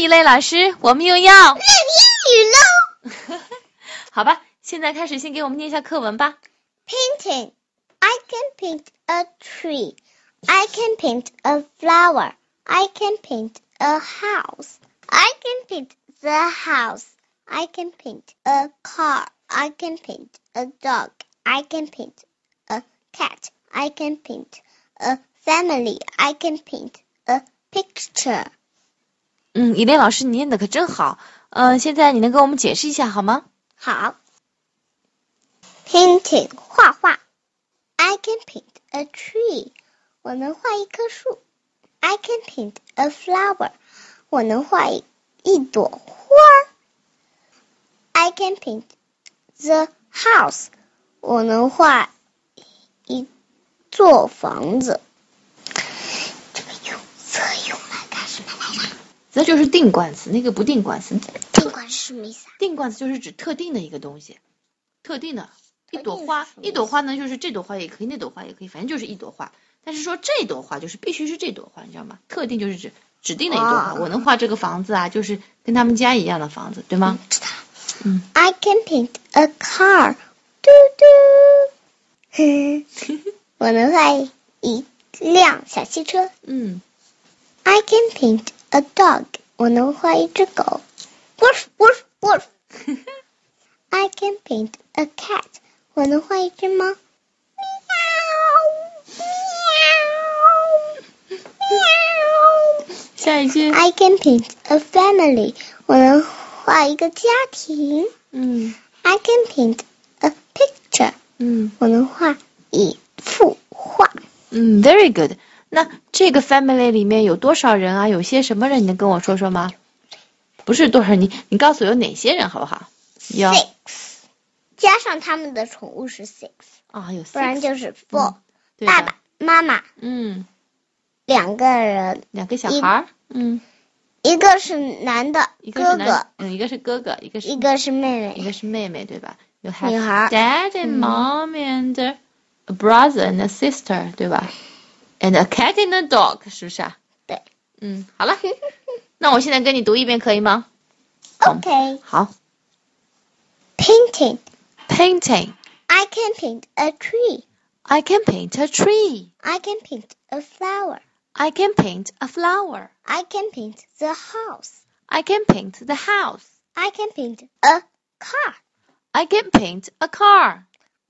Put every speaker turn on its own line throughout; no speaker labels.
一类老师，我们又
英
要
语喽。
好吧，现在开始，先给我们念一下课文吧。
Painting. I can paint a tree. I can paint a flower. I can paint a house. I can paint the house. I can paint a car. I can paint a dog. I can paint a cat. I can paint a family. I can paint a picture.
嗯，以类老师，你念的可真好。嗯、现在你能给我们解释一下好吗？
好，painting 画画，I can paint a tree，我能画一棵树；I can paint a flower，我能画一一朵花儿；I can paint the house，我能画一座房子。这个用色用啊来干什么来着？
这就是定冠词，那个不定冠词。
尽管是什么意思啊？
定冠词就是指特定的一个东西，特定的一朵
特定
花
是什，么
一朵花呢就是这朵花也可以，那朵花也可以，反正就是一朵花。但是说这朵花就是必须是这朵花，你知道吗？特定就是指指定的一朵花。
哦
我能画这个房子啊，就是跟他们家一样的房子，对吗？
知道了。
嗯
I can paint a car，嘟 嘟，我能画一辆小汽车。
嗯
I can paint a dog，我能画一只狗。Wolf wolf wolf。I can paint a cat，我能画一只猫。喵喵喵。
下一句，
I can paint a family，我能画一个家庭。
嗯
I can paint a picture，
嗯
我能画一幅画。
嗯，very good。那这个 family 里面有多少人啊？有些什么人？你能跟我说说吗？不是多少人，你你告诉我有哪些人好不好？有
Six，加上他们的宠物是 six，
啊，有
不然
six，
就是 four、
对
爸
的
爸、妈妈
嗯，
两个人，
两个小
一
孩儿，嗯，
一个是男的
一个是
哥
男，
哥，
嗯，一个是哥哥，一个是
一个是妹
一
妹。
个是妹妹，对吧？You
女
have
孩儿
dad
嗯
and mom and a brother and a sister，对吧？And a cat and a dog，是不是啊？
对，
嗯，好了，那我现在跟你读一遍可以吗？
OK，painting、
好，painting。
I can paint a tree.
I can paint a tree.
I can paint a flower.
I can paint a flower.
I can paint the house.
I can paint the house.
I can paint a car.
I can paint a car.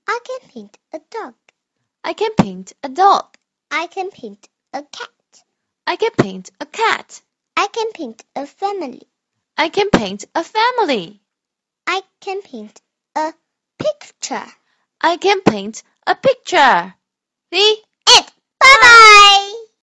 I can paint a dog.
I can paint a dog.
I can paint a cat.
I can paint a cat.
I can paint a family.
I can paint a family.
I can paint a picture.
I can paint a picture. See?
And bye bye!